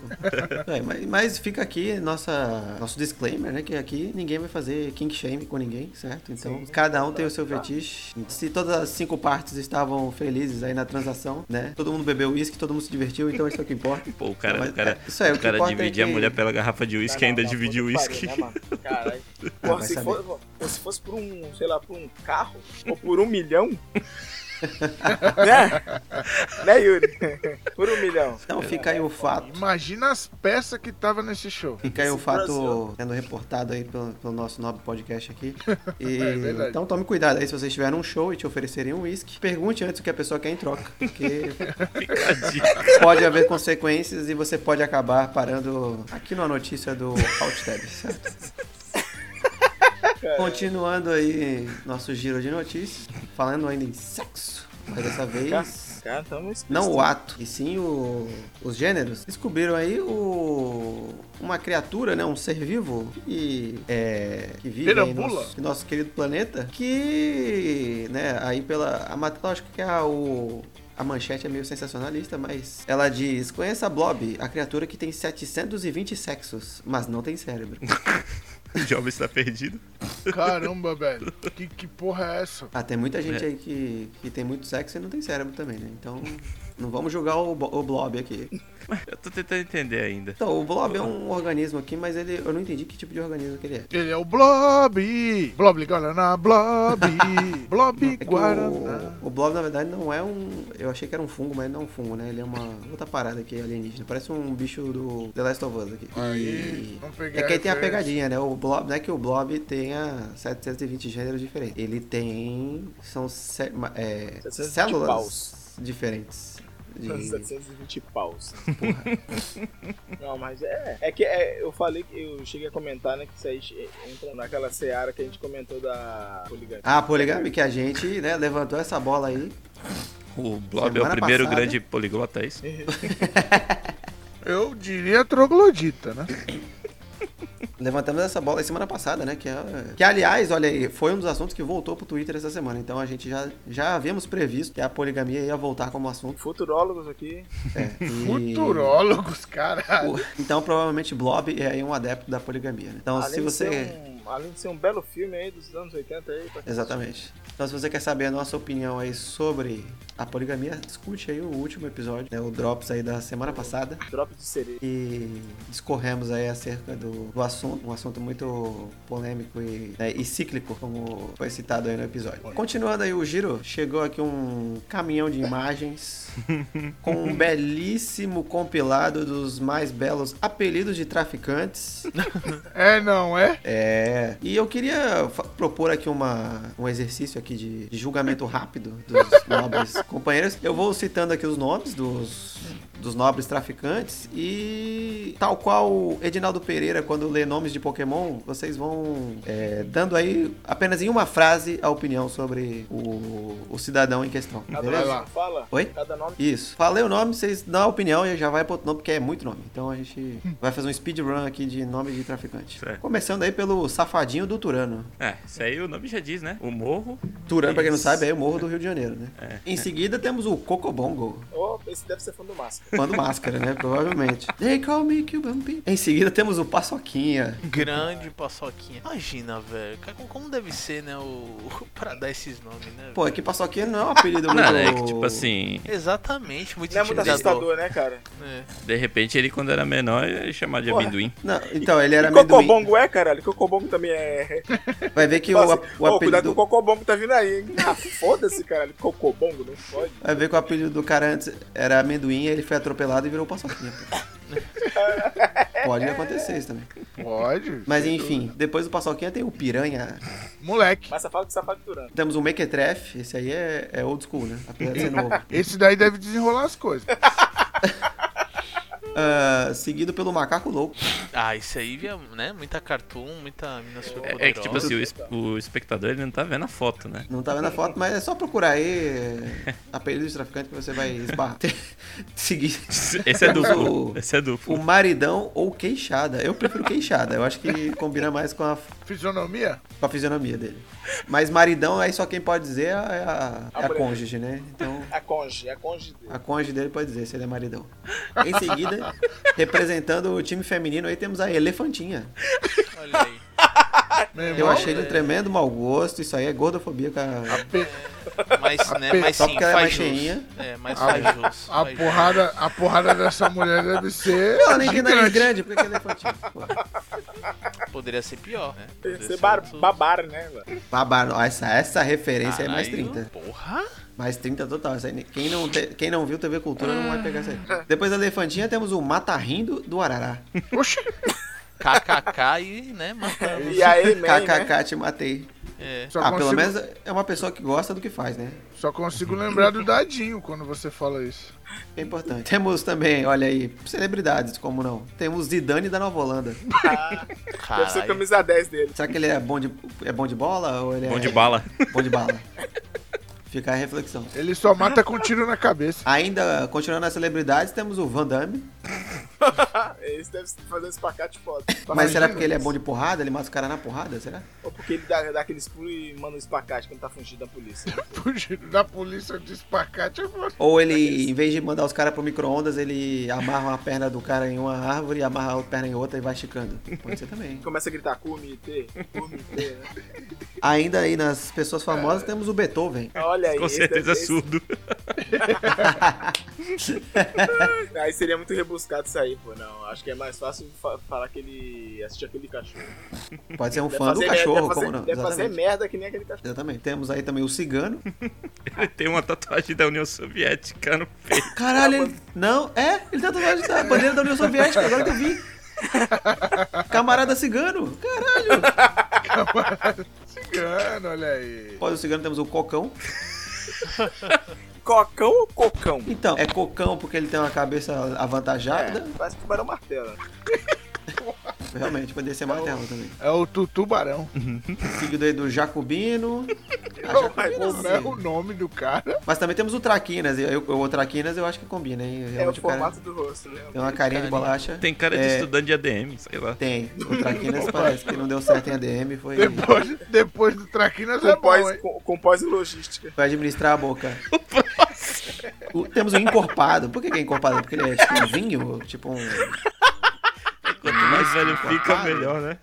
Speaker 5: É, mas, mas fica aqui nossa, nosso disclaimer, né? Que aqui ninguém vai fazer kink shame com ninguém, certo? Então, cada um tem o seu fetiche. Se todas as cinco partes estavam felizes aí na transação, né? Todo mundo bebeu uísque, todo mundo se divertiu, então isso é o que importa.
Speaker 9: Pô, o cara,
Speaker 5: Mas,
Speaker 9: o cara,
Speaker 5: é, isso aí, o
Speaker 9: o
Speaker 5: que
Speaker 9: cara
Speaker 5: importa é
Speaker 9: dividir
Speaker 5: que-
Speaker 9: a mulher pela garrafa de uísque ainda dividir o uísque.
Speaker 6: né, Caralho.
Speaker 5: Ah,
Speaker 6: Porra,
Speaker 5: vai
Speaker 6: se,
Speaker 5: saber.
Speaker 6: for, pô, se fosse por um, sei lá, por um carro ou por um milhão, né? né, Yuri? Por um milhão.
Speaker 5: Então fica aí o fato.
Speaker 8: Imagina as peças que tava nesse show.
Speaker 5: Fica aí o
Speaker 6: Esse
Speaker 5: fato
Speaker 6: Brasil.
Speaker 5: sendo reportado aí pelo, pelo nosso nobre podcast aqui. E,
Speaker 8: verdade.
Speaker 5: então tome cuidado aí se vocês tiverem um show e te oferecerem um uísque. Pergunte antes o que a pessoa quer em troca. Porque pode haver consequências e você pode acabar parando aqui numa notícia do Outtab, certo? Continuando aí nosso giro de notícias, falando ainda em sexo, mas dessa vez
Speaker 6: Cara, tamo explícito.
Speaker 5: não o ato, e sim o- os gêneros, descobriram aí o- uma criatura, né, um ser vivo que, é, que vive aí em
Speaker 8: Perambula.
Speaker 5: nosso, em nosso querido planeta, que, né, aí pela, a mat- lógico que é a, o, a manchete é meio sensacionalista, mas ela diz, conheça a Blob, a criatura que tem 720 sexos, mas não tem cérebro.
Speaker 9: O jovem está perdido.
Speaker 8: Caramba, velho. Que, que porra é essa?
Speaker 5: Ah, tem muita gente
Speaker 9: É.
Speaker 5: aí que, que tem muito sexo e não tem cérebro também, né, então... Não vamos julgar o, bo- o Blob aqui.
Speaker 9: Eu tô tentando entender ainda.
Speaker 5: Então, o blob é um organismo aqui, mas ele, eu não entendi que tipo de organismo que ele é.
Speaker 8: Ele é o Blob! Blob Guaraná, Blob! Blob
Speaker 5: É que
Speaker 8: Guaraná.
Speaker 5: o, o blob, na verdade, não é um. Eu achei que era um fungo, mas não é um fungo, né? Ele é uma outra parada aqui alienígena. Parece um bicho do The Last of Us aqui.
Speaker 8: Aí,
Speaker 5: E-
Speaker 8: vamos pegar
Speaker 5: É que aí tem a
Speaker 8: referência.
Speaker 5: pegadinha, né? O blob, não é que o blob tenha 720 gêneros diferentes. Ele tem. São cé- ma- é,
Speaker 6: 720
Speaker 5: células
Speaker 6: paus.
Speaker 5: diferentes. de-
Speaker 6: 720 paus. né, Não, mas é. É que é, eu falei que eu cheguei a comentar, né? Que isso aí che- entra naquela seara que a gente comentou da poligamia.
Speaker 5: Ah, poligami que a gente, né, levantou essa bola aí.
Speaker 9: O Blob é
Speaker 5: Semana
Speaker 9: o primeiro
Speaker 5: passada-
Speaker 9: grande poliglota, é isso?
Speaker 8: Eu diria troglodita, né?
Speaker 5: Levantamos essa bola aí semana passada, né? Que, é- que aliás, olha aí, foi um dos assuntos que voltou pro Twitter essa semana. Então a gente já, já havíamos previsto que a poligamia ia voltar como assunto.
Speaker 6: Futurólogos aqui.
Speaker 5: É, e-
Speaker 8: Futurólogos, caralho.
Speaker 5: Pô, Então provavelmente Blob é aí um adepto da poligamia, né? Então se
Speaker 6: de
Speaker 5: você.
Speaker 6: ser um- além de ser um belo filme aí dos anos 80 aí. pra quem
Speaker 5: Exatamente. Então se você quer saber a nossa opinião aí sobre a poligamia, escute aí o último episódio, né? O Drops aí da semana passada.
Speaker 6: Drop de cereja.
Speaker 5: e discorremos aí acerca do, do assunto, um assunto muito polêmico e, né, e cíclico, como foi citado aí no episódio. Continuando aí o giro, chegou aqui um caminhão de imagens com um belíssimo compilado dos mais belos apelidos de traficantes.
Speaker 8: É, não é?
Speaker 5: É. E eu queria fa- propor aqui uma, um exercício aqui de, de julgamento rápido dos nobres companheiros. Eu vou citando aqui os nomes dos, dos nobres traficantes e tal qual o Edinaldo Pereira quando lê nomes de Pokémon, vocês vão é, dando aí apenas em uma frase a opinião sobre o, o cidadão em questão.
Speaker 6: Cada
Speaker 5: Beleza?
Speaker 6: nome que fala.
Speaker 5: Oi?
Speaker 6: Cada nome.
Speaker 5: Isso. Falei o nome, vocês dão a opinião e já vai pro outro nome, porque é muito nome. Então a gente vai fazer um speedrun aqui de nome de traficante.
Speaker 9: Certo.
Speaker 5: Começando aí pelo safadinho do Turano.
Speaker 9: É, isso aí o nome já diz, né? O morro.
Speaker 5: Turano, pra quem não
Speaker 9: Isso. É.
Speaker 5: sabe, é o Morro do Rio de Janeiro, né? Em seguida temos o Cocobongo,
Speaker 6: Oh, esse deve ser fã do Máscara.
Speaker 5: fã do Máscara, né? Provavelmente. They call me Cubampi. Em seguida temos o Paçoquinha.
Speaker 7: Grande paçoquinha. Imagina, velho. cara, como- Como deve ser, né? O... Pra dar esses nomes, né?
Speaker 5: Pô, é que Paçoquinha não é um apelido muito...
Speaker 9: Não, é que tipo assim,
Speaker 7: Exatamente, muito
Speaker 6: Não é muito
Speaker 7: intimidador.
Speaker 6: assustador, né, cara?
Speaker 7: É.
Speaker 9: de repente ele quando era menor ele chamava de
Speaker 6: Porra.
Speaker 9: amendoim.
Speaker 5: Não, então, ele era
Speaker 6: E
Speaker 5: amendoim.
Speaker 6: Cocobongo é, caralho? Cocobongo também é.
Speaker 5: Vai ver que o,
Speaker 6: Fala
Speaker 5: a-
Speaker 6: assim,
Speaker 5: o
Speaker 6: "Ô, Cuidado
Speaker 5: apelido...
Speaker 6: com o Cocobongo tá vindo aí, hein? Ah, foda-se, caralho. Cocobongo, não pode.
Speaker 5: Vai ver que o apelido do cara antes era amendoim, ele foi atropelado e virou paçoquinha. pô. Pode acontecer isso também.
Speaker 8: Pode.
Speaker 5: Mas enfim, depois do paçoquinha tem o piranha.
Speaker 8: Moleque.
Speaker 6: Mas safado que tá safado durando.
Speaker 5: Temos o mequetrefe, esse aí é, é old school, né? Apesar de ser novo.
Speaker 8: Esse daí deve desenrolar as coisas.
Speaker 5: Ah, seguido pelo macaco louco.
Speaker 7: Ah, isso aí via, né? Muita cartoon, muita mina super
Speaker 9: É, é que tipo assim, o, es- o espectador ele não tá vendo a foto, né?
Speaker 5: Não tá vendo a foto, mas é só procurar aí é, apelido de traficante que você vai esbarrar. seguido.
Speaker 9: Esse é
Speaker 5: O-
Speaker 9: duplo. Esse é
Speaker 5: O
Speaker 9: duplo.
Speaker 5: maridão ou queixada. Eu prefiro queixada. Eu acho que combina mais com a,
Speaker 8: Fisionomia?
Speaker 5: com a fisionomia dele. Mas maridão, aí só quem pode dizer é a, é a cônjuge, né? Então.
Speaker 6: A conge, a conge dele.
Speaker 5: A cônjuge dele pode dizer se ele é maridão. Em seguida, representando o time feminino, aí temos a Elefantinha.
Speaker 9: assim,
Speaker 7: Olha aí.
Speaker 8: Meu
Speaker 5: Eu
Speaker 8: irmão,
Speaker 5: achei de um tremendo mau gosto, isso aí é gordofobia, cara.
Speaker 7: Mas, né,
Speaker 8: pe-
Speaker 7: mas
Speaker 5: só
Speaker 7: sim,
Speaker 5: porque ela é mais
Speaker 7: faz
Speaker 5: cheinha.
Speaker 7: jus. É,
Speaker 9: Ah,
Speaker 7: mas faz jus.
Speaker 8: A
Speaker 7: faz jus.
Speaker 8: porrada, a porrada dessa mulher deve ser. é
Speaker 5: Ela nem tem nariz
Speaker 8: gigante.
Speaker 5: grande, por que que é elefantinha? Pô.
Speaker 7: Poderia ser pior, né? Poderia
Speaker 6: Você
Speaker 7: bar
Speaker 6: babar, né, mano?
Speaker 5: Babar, ó, essa, essa referência é mais 30.
Speaker 7: Porra!
Speaker 5: Mais 30 total. Essa aí, quem, não te- quem não viu TV Cultura não vai pegar isso aí. Depois da Elefantinha temos o Mata Rindo do Arará.
Speaker 8: Oxi,
Speaker 7: KKK e, né, matando.
Speaker 6: E aí, man, né?
Speaker 5: É KKK, te matei.
Speaker 7: É.
Speaker 8: só,
Speaker 5: ah,
Speaker 8: consigo,
Speaker 5: pelo menos é uma pessoa que gosta do que faz, né?
Speaker 8: só consigo lembrar do dadinho quando você fala isso.
Speaker 5: É importante. Temos também, olha aí, celebridades, como não? Temos Zidane da Nova Holanda.
Speaker 6: Deve ser a
Speaker 7: Caralho.
Speaker 6: camisa 10 dele.
Speaker 5: Será que ele é bom de, é bom de bola ou ele é...
Speaker 9: Bom de bala.
Speaker 5: Bom de bala. Fica a reflexão.
Speaker 8: Ele só mata com tiro na cabeça.
Speaker 5: Ainda, continuando as celebridades, temos o Van Damme.
Speaker 6: Esse deve fazer um espacate foda.
Speaker 5: Mas será
Speaker 8: fugindo?
Speaker 5: porque ele é bom de porrada? Ele mata o cara na porrada, será?
Speaker 6: Ou porque ele dá, dá aqueles pulos e manda um espacate quando tá fugindo da polícia.
Speaker 8: Fugindo da polícia de espacate é foda.
Speaker 5: Ou ele, em vez de mandar os caras pro micro-ondas, ele amarra uma perna do cara em uma árvore, amarra a outra perna em outra e vai esticando. Pode ser também.
Speaker 6: Começa a gritar, comité, comité. né?
Speaker 5: Ainda aí nas pessoas famosas temos o Beethoven.
Speaker 6: Olha aí.
Speaker 9: Com
Speaker 6: esse
Speaker 9: certeza
Speaker 6: deve- esse-
Speaker 9: surdo.
Speaker 6: Aí seria muito rebuscado isso aí, pô. Não, acho que é mais fácil fa- falar que ele assistiu aquele cachorro.
Speaker 5: Pode ser um
Speaker 6: Deve
Speaker 5: fã do
Speaker 6: fazer-
Speaker 5: cachorro,
Speaker 6: deve fazer,
Speaker 5: como não?
Speaker 6: Deve fazer
Speaker 5: Exatamente.
Speaker 6: merda que nem aquele cachorro.
Speaker 5: Exatamente. Temos aí também o cigano.
Speaker 9: Ele tem uma tatuagem da União Soviética no peito.
Speaker 5: Caralho, ele... Não, é, ele tá tatuagem da bandeira da União Soviética, agora que eu vi. Camarada cigano, É, caralho.
Speaker 8: Cigano, olha aí.
Speaker 5: Após o cigano temos o cocão.
Speaker 6: Cocão ou cocão?
Speaker 5: Então, é cocão porque ele tem uma cabeça avantajada.
Speaker 6: É, parece tubarão martelo. É.
Speaker 5: Realmente, poderia ser martelo também.
Speaker 8: É o Tutubarão.
Speaker 5: Seguido aí do Jacobino. Ah, Jacobino
Speaker 8: Como é o
Speaker 5: sim.
Speaker 8: nome do cara?
Speaker 5: Mas também temos o Traquinas. Eu, eu- o Traquinas eu acho que combina, hein?
Speaker 6: É o
Speaker 5: Realmente o cara
Speaker 6: formato do rosto, né?
Speaker 5: tem uma carinha de bolacha.
Speaker 9: Tem cara de
Speaker 5: É,
Speaker 9: estudante de ADM, sei lá.
Speaker 5: Tem. O Traquinas parece que não deu certo em ADM, foi.
Speaker 8: Depois, depois do Traquinas é
Speaker 6: Com
Speaker 8: bom,
Speaker 6: pós,
Speaker 8: hein?
Speaker 6: com, com pós e logística.
Speaker 5: Vai administrar a boca. O- temos o encorpado. Por que, que é encorpado? Porque ele é tipo um vinho, tipo um.
Speaker 9: Quanto mais velho
Speaker 7: Ah.
Speaker 9: fica,
Speaker 5: Claro.
Speaker 9: melhor, né?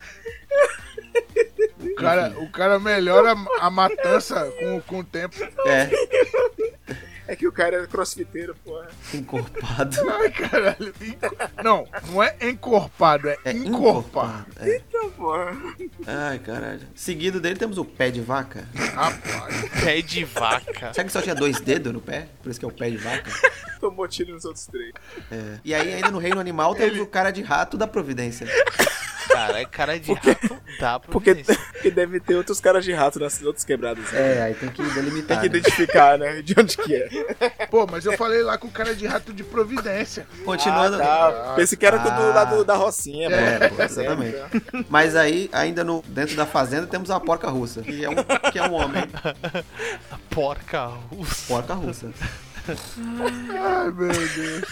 Speaker 8: O cara, o cara melhora a matança com, com o tempo.
Speaker 5: É,
Speaker 6: É que o cara é crossfiteiro, porra.
Speaker 5: encorpado.
Speaker 8: Ai, caralho. Enco- Não, não é encorpado, é,
Speaker 5: É
Speaker 8: encorpado.
Speaker 5: encorpado. É.
Speaker 6: Então, porra.
Speaker 5: Ai, caralho. Seguido dele temos o pé de vaca.
Speaker 8: Rapaz,
Speaker 7: Pé de vaca.
Speaker 5: Será que só tinha dois dedos no pé? Por isso que é o pé de vaca?
Speaker 6: Tomou tiro nos outros três.
Speaker 5: É. E aí, ainda no reino animal, temos o cara de rato da providência.
Speaker 7: Caralho, cara de rato dá pra
Speaker 6: Porque, porque deve ter outros caras de rato nas outras quebradas. Né?
Speaker 5: É, aí tem que
Speaker 6: Tem
Speaker 5: delimitar.
Speaker 6: que
Speaker 5: né?
Speaker 6: identificar, né? De onde que é.
Speaker 8: pô, mas eu falei lá com o cara de rato de providência.
Speaker 5: Continuando.
Speaker 6: Ah, pensei que era tudo
Speaker 5: Ah.
Speaker 6: lá do, da Rocinha, né?
Speaker 5: É,
Speaker 6: mano.
Speaker 5: pô, exatamente. Mas aí, ainda no, dentro da fazenda, temos a porca russa, que é um, que é um homem.
Speaker 7: Porca russa.
Speaker 5: Porca russa.
Speaker 8: Ai, meu Deus.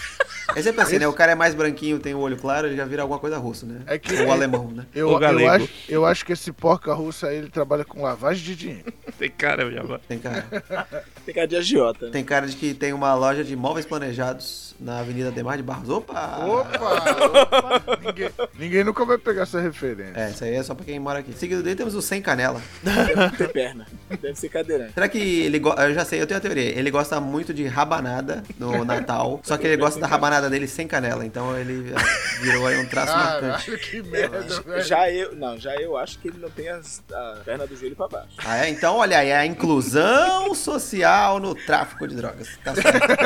Speaker 5: É sempre assim, né? O cara é mais branquinho, tem o olho claro, ele já vira alguma coisa russo, né?
Speaker 8: É que-
Speaker 5: Ou alemão, né?
Speaker 8: Eu,
Speaker 9: Ô,
Speaker 8: eu,
Speaker 9: galego.
Speaker 8: acho, eu acho que esse porca russa aí, ele trabalha com lavagem de dinheiro.
Speaker 9: Tem cara, já vai.
Speaker 5: Tem cara.
Speaker 6: Tem cara de agiota, né?
Speaker 5: Tem cara de que tem uma loja de móveis planejados na Avenida Demar de Barros. Opa!
Speaker 8: Opa, opa. Ninguém, ninguém nunca vai pegar essa referência.
Speaker 5: É, isso aí é só pra quem mora aqui. Seguido dele temos o Sem Canela.
Speaker 6: Deve ter perna. Deve ser cadeirante.
Speaker 5: Será que ele gosta. Eu já sei, eu tenho a teoria. Ele gosta muito de rabanada no Natal. Só que ele gosta da rabanada dele sem canela. Então ele virou aí um traço marcante.
Speaker 8: Caralho, que merda, velho.
Speaker 6: Já eu. Não, já eu acho que ele não tem as- a perna do joelho pra baixo.
Speaker 5: Ah, é? Então, olha aí, a inclusão social no tráfico de drogas. Tá certo.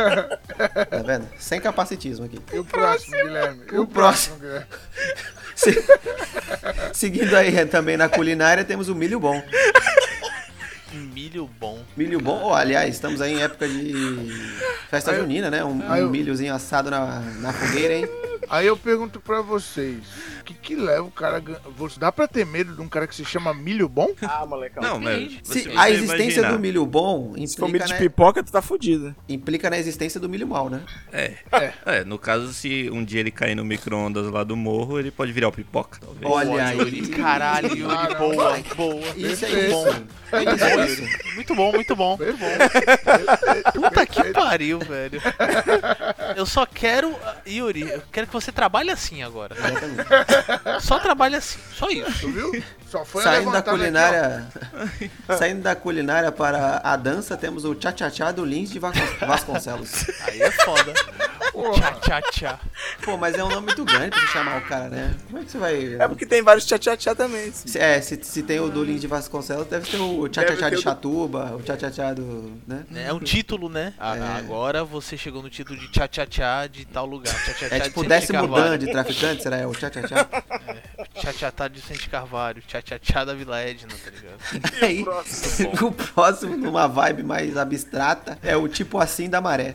Speaker 5: Tá vendo? Sem capacitismo aqui.
Speaker 8: E o próximo, Guilherme? E
Speaker 5: é O próximo.
Speaker 8: Guilherme?
Speaker 5: Se- Seguindo aí é, também na culinária, temos o milho bom.
Speaker 7: Milho bom.
Speaker 5: Milho bom, oh, aliás, estamos aí em época de festa junina, né? Um,
Speaker 8: aí
Speaker 5: um
Speaker 8: eu-
Speaker 5: milhozinho assado na, na fogueira, hein?
Speaker 8: Aí eu pergunto pra vocês, o que que leva o cara... a gan- Você- Dá pra ter medo de um cara que se chama Milho Bom?
Speaker 6: Ah, molecão.
Speaker 9: Não, mas
Speaker 5: Se-
Speaker 9: você-
Speaker 5: a
Speaker 9: você
Speaker 5: existência
Speaker 9: imaginar.
Speaker 5: do milho bom
Speaker 6: Se
Speaker 5: implica,
Speaker 6: for milho de
Speaker 5: né,
Speaker 6: pipoca, tu tá fudido.
Speaker 5: implica na existência do milho mal, né?
Speaker 9: É, no caso, se um dia ele cair no micro-ondas lá do morro, ele pode virar o pipoca, talvez.
Speaker 5: Olha
Speaker 7: Boa,
Speaker 5: aí.
Speaker 7: Yuri. Caralho, Yuri. Boa, boa.
Speaker 5: Isso é
Speaker 8: Perfeito.
Speaker 5: isso.
Speaker 9: um
Speaker 5: É isso.
Speaker 7: Muito bom, muito bom.
Speaker 8: Foi bom.
Speaker 7: Puta que pariu, velho. Eu só quero. Yuri, eu quero que você trabalhe assim agora.
Speaker 5: Exatamente.
Speaker 7: Só trabalhe assim. Só isso.
Speaker 8: Tu viu? Só foi um a
Speaker 5: Saindo da
Speaker 8: levantada aqui,
Speaker 5: culinária, saindo da culinária para a dança, temos o tchá-tchá-tchá do Lins de Vascon- Vasconcelos.
Speaker 7: Aí é foda.
Speaker 8: Porra.
Speaker 7: Tchá, tchá.
Speaker 5: Pô, mas é um nome muito grande pra você chamar o cara, né? Como é que você vai.
Speaker 6: É porque tem vários tchá-tchá-tchá também. assim.
Speaker 5: Se- É, se, se tem o do Lins de Vasconcelos, deve ter o tchá tchá
Speaker 6: Deve
Speaker 5: tchá
Speaker 6: ter
Speaker 5: de
Speaker 6: o do-
Speaker 5: Chatuba, o tchá tchá tchá do. né?
Speaker 7: É um título, né? A- Agora você chegou no título de tchá tchá tchá de tal lugar. Tchá, tchá, tchá
Speaker 5: É
Speaker 7: de
Speaker 5: tipo o
Speaker 7: Vicente
Speaker 5: décimo
Speaker 7: Carvalho.
Speaker 5: dan de traficante, será? É o tchá tchá tchá.
Speaker 7: Tchá tchá tchá de Vicente Carvalho. Tchá tchá tchá da Vila Edna, tá ligado?
Speaker 5: Aí, o próximo, numa vibe mais abstrata, é o tipo assim da maré.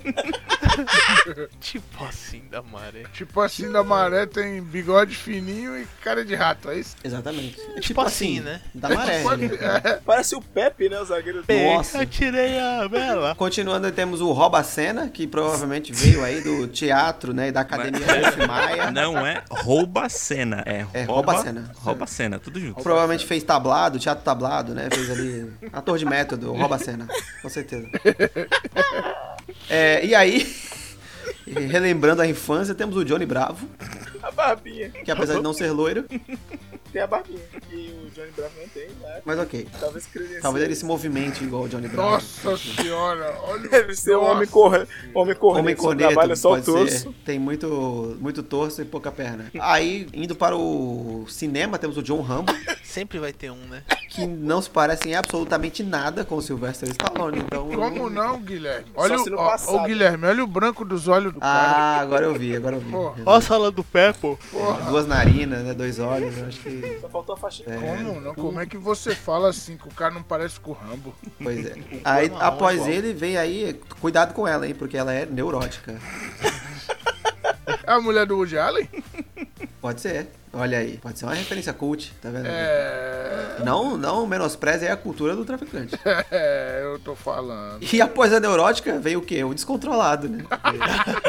Speaker 7: tipo assim da maré.
Speaker 8: Tipo assim, da maré tem bigode fininho e cara de rato, é isso? Tipo
Speaker 5: Exatamente. É tipo,
Speaker 7: assim, né?
Speaker 5: Da maré.
Speaker 8: é,
Speaker 5: né?
Speaker 6: Parece o Pepe, né, o zagueiro?
Speaker 5: Nossa.
Speaker 7: Eu tirei a vela.
Speaker 5: Continuando, temos o Rouba Cena, que provavelmente veio aí do teatro, né? E da academia Wolf Maia.
Speaker 9: Não é rouba cena, é rouba,
Speaker 5: rouba cena.
Speaker 9: Rouba cena, tudo junto.
Speaker 5: Provavelmente fez tablado, teatro tablado, né? Fez ali. Ator de método, rouba a cena. Com certeza. É, e aí. Relembrando a infância, temos o Johnny Bravo,
Speaker 6: A barbinha.
Speaker 5: que apesar de não ser loiro,
Speaker 6: Tem a barbinha. E o Johnny Bravo não tem, né?
Speaker 5: mas ok.
Speaker 6: Talvez credencie.
Speaker 5: Talvez ele se movimente igual o Johnny Bravo.
Speaker 8: é, Nossa senhora, olha o-
Speaker 6: Deve ser um
Speaker 8: Nossa.
Speaker 6: homem corre... homem correto.
Speaker 5: Homem
Speaker 6: só
Speaker 5: corneto,
Speaker 6: Trabalha é só o
Speaker 5: pode
Speaker 6: torso.
Speaker 5: ser. Tem muito, muito torso e pouca perna. Aí, indo para o cinema, temos o John Rambo,
Speaker 7: Sempre vai ter um, né?
Speaker 5: que não se parece em absolutamente nada com o Sylvester Stallone. Então,
Speaker 8: Como não, Guilherme? Olha
Speaker 6: se
Speaker 8: o,
Speaker 6: no
Speaker 8: ó,
Speaker 6: passado.
Speaker 8: ó, Guilherme, olha o branco dos olhos do cara.
Speaker 5: Ah, agora eu vi, agora eu vi.
Speaker 8: Porra.
Speaker 7: Ó a sala do Pepo.
Speaker 5: Duas narinas, né? Dois olhos, eu acho que.
Speaker 6: Só faltou a faixinha.
Speaker 8: Como não? Como é que você fala assim que o cara não parece com o Rambo?
Speaker 5: Pois é. Aí, após ele, vem aí. Cuidado com ela, hein? Porque ela é neurótica.
Speaker 8: É a mulher do Woody Allen?
Speaker 5: Pode ser. Olha aí. Pode ser uma referência cult, tá vendo?
Speaker 8: É.
Speaker 5: Não, não menospreze aí a cultura do traficante.
Speaker 8: É, eu tô falando.
Speaker 5: E após a neurótica, vem o quê? O descontrolado, né?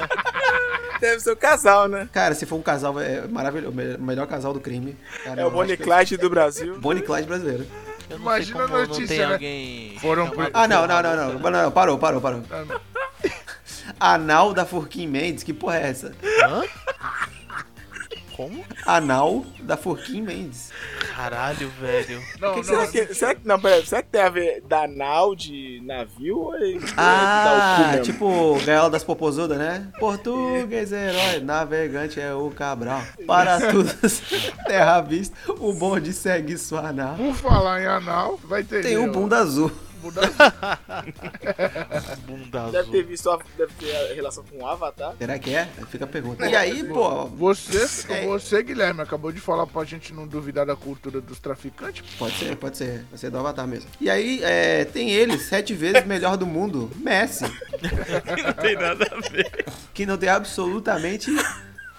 Speaker 6: Deve ser o casal, né?
Speaker 5: Cara, se for um casal, é maravilhoso. O me- melhor casal do crime. Cara,
Speaker 6: É
Speaker 5: eu
Speaker 6: o
Speaker 5: acho
Speaker 6: Bonnie
Speaker 5: que-
Speaker 6: Clyde do Brasil.
Speaker 5: Bonnie Clyde brasileiro.
Speaker 7: Eu não
Speaker 8: Imagina
Speaker 7: sei
Speaker 8: a
Speaker 7: como
Speaker 8: notícia,
Speaker 7: não tem
Speaker 8: né?
Speaker 7: alguém.
Speaker 8: Foram
Speaker 7: chamado
Speaker 8: pro-
Speaker 5: Ah, não, não, não, não. Não, não, Parou, parou, parou.
Speaker 8: Ah, não.
Speaker 5: Anal da Furquim Mendes, que porra é essa?
Speaker 7: Como?
Speaker 5: Anal da Furquim Mendes.
Speaker 7: Caralho, velho.
Speaker 8: Não,
Speaker 6: Que que
Speaker 8: não,
Speaker 6: será, que, será que. Não, peraí, será que tem a ver danal de navio ou ele
Speaker 5: Ah,
Speaker 6: dá o cu mesmo?
Speaker 5: tipo Gaiola das Popozudas, né? Português é herói, navegante é o Cabral. Para tudo, terra à vista, o bonde segue sua nau.
Speaker 8: Por falar em anal, vai ter.
Speaker 5: Tem um
Speaker 8: eu.
Speaker 5: bunda azul.
Speaker 8: Bunda-
Speaker 7: Bunda
Speaker 6: Deve ter
Speaker 7: azul.
Speaker 6: visto a, deve ter a relação com o Avatar.
Speaker 5: Será que é? Fica a pergunta. E aí, pô,
Speaker 8: Você, você, Guilherme, acabou de falar pra gente não duvidar da cultura dos traficantes.
Speaker 5: pode ser, pode ser. Pode ser do Avatar mesmo. E aí, é, tem ele, sete vezes melhor do mundo, Messi,
Speaker 9: Não tem nada a ver.
Speaker 5: que não tem absolutamente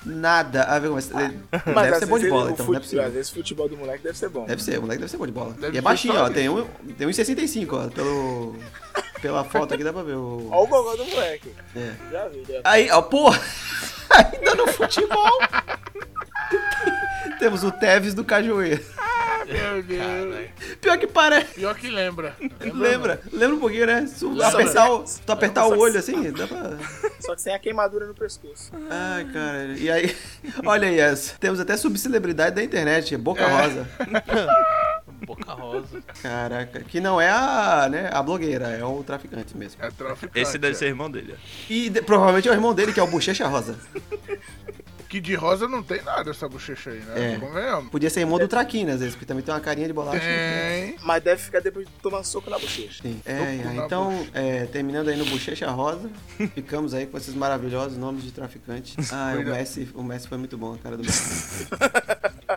Speaker 5: nada a ver com isso. Ele- ele
Speaker 6: Ah. Mas
Speaker 5: Deve
Speaker 6: às
Speaker 5: ser bom É.
Speaker 6: vezes
Speaker 5: de
Speaker 6: ele-
Speaker 5: bola,
Speaker 6: o
Speaker 5: então,
Speaker 6: fute-
Speaker 5: não é possível.
Speaker 6: Às vezes o futebol do moleque deve ser bom.
Speaker 5: Deve ser, o moleque deve ser bom de bola.
Speaker 8: Deve
Speaker 5: e é
Speaker 8: ser
Speaker 5: baixinho, ó.
Speaker 8: saudável.
Speaker 5: Tem, um, tem 1,65, ó. Pelo, pela foto aqui dá pra ver o.
Speaker 6: Olha o gogó do moleque.
Speaker 5: É.
Speaker 6: Já vi, né?
Speaker 5: Aí, ó, porra! Ainda no futebol! Temos o Tevez do Cajueiro.
Speaker 8: Meu Deus.
Speaker 5: Pior que parece.
Speaker 8: Pior que lembra.
Speaker 5: Lembra? Lembra um pouquinho, né? Se tu
Speaker 6: Lembra.
Speaker 5: apertar o, se tu apertar o
Speaker 6: Lembra.
Speaker 5: olho assim, dá pra.
Speaker 6: Só que sem a queimadura no pescoço.
Speaker 5: Ai, cara. E aí, olha aí essa. Temos até subcelebridade da internet, Boca Rosa.
Speaker 7: Boca rosa.
Speaker 5: Caraca, que não é a, né, a blogueira, é o traficante mesmo.
Speaker 8: É traficante.
Speaker 9: Esse deve
Speaker 8: é.
Speaker 9: ser irmão dele. ó.
Speaker 5: E de- provavelmente é o irmão dele, que é o Bochecha Rosa.
Speaker 8: Que de rosa não tem nada essa bochecha aí, né?
Speaker 5: É.
Speaker 8: Convenhamos.
Speaker 5: Podia ser irmão do Traquina, às vezes, porque também tem uma carinha de bolacha.
Speaker 8: Tem.
Speaker 6: Mas deve ficar depois de tomar soco na bochecha.
Speaker 5: Sim. É, é,
Speaker 8: na
Speaker 5: então, é, terminando aí no Bochecha Rosa, ficamos aí com esses maravilhosos nomes de traficantes. Ah, o Messi, o Messi foi muito bom, a cara do Messi.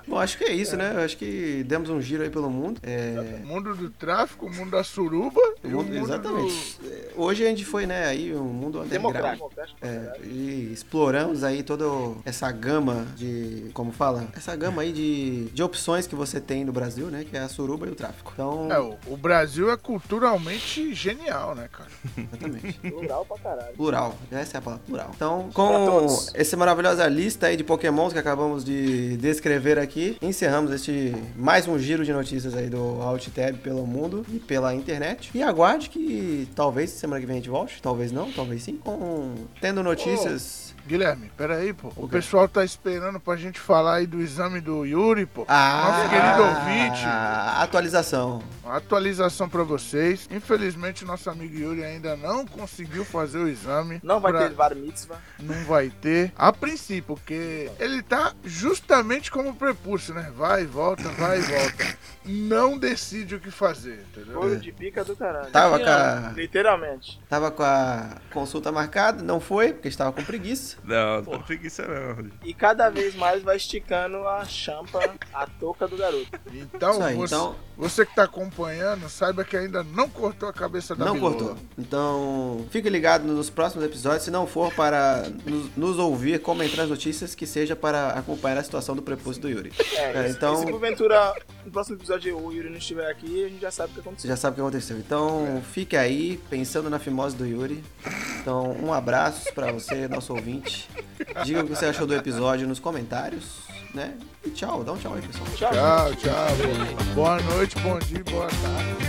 Speaker 5: bom, acho que é isso, né? Eu acho que demos um giro aí pelo mundo. É,
Speaker 8: Mundo do tráfico, o mundo da suruba. e
Speaker 5: o
Speaker 8: o
Speaker 5: mundo-
Speaker 8: mundo
Speaker 5: exatamente. É, Hoje a gente foi, né, aí um mundo underground.
Speaker 6: Democrático. democrático.
Speaker 5: É, e exploramos aí toda essa gama de. Como fala? Essa gama aí de, de opções que você tem no Brasil, né? Que é a suruba e o tráfico. Então,
Speaker 8: Do... É, o- o Brasil é culturalmente genial, né, cara?
Speaker 5: exatamente.
Speaker 6: Plural pra caralho.
Speaker 5: Plural, essa é a palavra, plural. Então,
Speaker 6: Pra
Speaker 5: com
Speaker 6: todos.
Speaker 5: essa maravilhosa lista aí de pokémons que acabamos de descrever aqui, encerramos este mais um giro de notícias aí do AltTab pelo mundo e pela internet. E aguarde que talvez semana Semana que vem a gente volta, talvez não, talvez sim. Com... Tendo notícias.
Speaker 8: Guilherme, peraí, pô. O
Speaker 5: Ok.
Speaker 8: pessoal tá esperando pra gente falar aí do exame do Yuri, pô. Oh, Nosso querido ouvinte.
Speaker 5: Ah, atualização.
Speaker 8: Uma atualização pra vocês. Infelizmente, nosso amigo Yuri ainda não conseguiu fazer o exame.
Speaker 6: Não vai
Speaker 8: pra-
Speaker 6: ter bar mitzvah.
Speaker 8: Não vai ter. A princípio, porque ele tá justamente como o prepúcio, né? Vai e volta, vai e volta. Não decide o que fazer, entendeu?
Speaker 5: É.
Speaker 6: Couro de pica do caralho.
Speaker 5: Tava com a,
Speaker 6: Literalmente.
Speaker 5: tava com a consulta marcada, não foi, porque estava com preguiça.
Speaker 9: Não, não tem preguiça não.
Speaker 6: E cada vez mais vai esticando a champa, a touca do garoto.
Speaker 8: Então,
Speaker 5: Isso aí,
Speaker 8: você,
Speaker 5: então-
Speaker 8: você que tá acompanhando, saiba que ainda não cortou a cabeça da
Speaker 5: Não
Speaker 8: Bilola.
Speaker 5: cortou. Então, fique ligado nos próximos episódios. Se não for para nos, nos ouvir comentar as notícias, que seja para acompanhar a situação do prepúcio do Yuri.
Speaker 6: É,
Speaker 5: É,
Speaker 6: e se-
Speaker 5: então-
Speaker 6: e se porventura no próximo episódio o Yuri não estiver aqui, a gente já sabe o que aconteceu.
Speaker 5: Você já sabe o que aconteceu. Então, fique aí pensando na fimose do Yuri. Então, um abraço para você, nosso ouvinte. Diga o que você achou do episódio nos comentários, né? E tchau, dá um tchau aí, pessoal.
Speaker 8: Tchau, tchau. Boa noite, bom dia, e boa tarde.